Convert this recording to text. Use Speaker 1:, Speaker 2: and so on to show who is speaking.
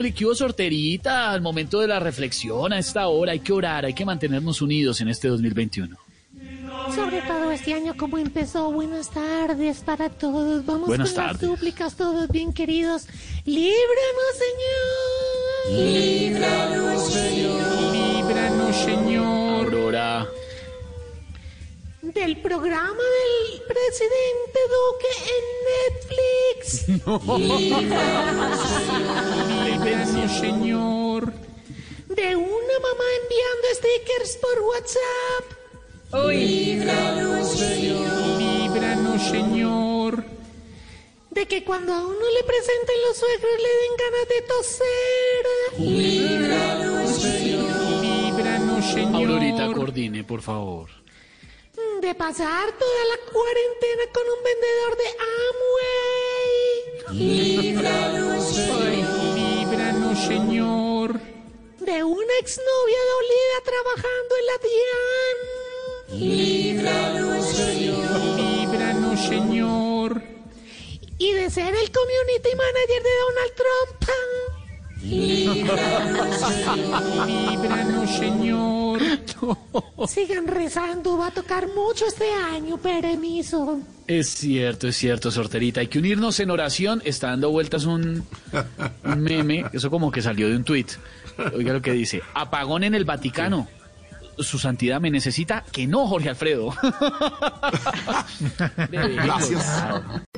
Speaker 1: Liquido sorterita al momento de la reflexión a esta hora. Hay que orar, hay que mantenernos unidos en este 2021.
Speaker 2: Sobre todo este año, como empezó, buenas tardes para todos. Vamos
Speaker 1: Buenas
Speaker 2: con
Speaker 1: tardes.
Speaker 2: las súplicas, todos bien queridos. Líbranos, Señor.
Speaker 3: Líbranos, Señor.
Speaker 1: Aurora,
Speaker 2: Del programa del presidente Duque en Netflix.
Speaker 3: Líbranos, Señor.
Speaker 2: De una mamá enviando stickers por WhatsApp.
Speaker 3: Líbranos, Señor.
Speaker 2: De que cuando a uno le presenten los suegros le den ganas de toser.
Speaker 3: Líbranos, Señor.
Speaker 1: Aurorita, coordine, por favor.
Speaker 2: Mm, De pasar toda la cuarentena con un vendedor de Amway.
Speaker 3: Ay, Líbranos, Señor.
Speaker 2: De una exnovia dolida trabajando en la DIAN.
Speaker 3: Líbranos, Señor.
Speaker 2: Y de ser el community manager de Donald Trump.
Speaker 3: Líbranos, Señor.
Speaker 2: Sigan rezando, va a tocar mucho este año, permiso.
Speaker 1: Es cierto, es cierto, sorterita. Hay que unirnos en oración. Está dando vueltas un, un meme. Eso como que salió de un tuit. Oiga lo que dice. Apagón en el Vaticano. Su santidad me necesita que no, Jorge Alfredo.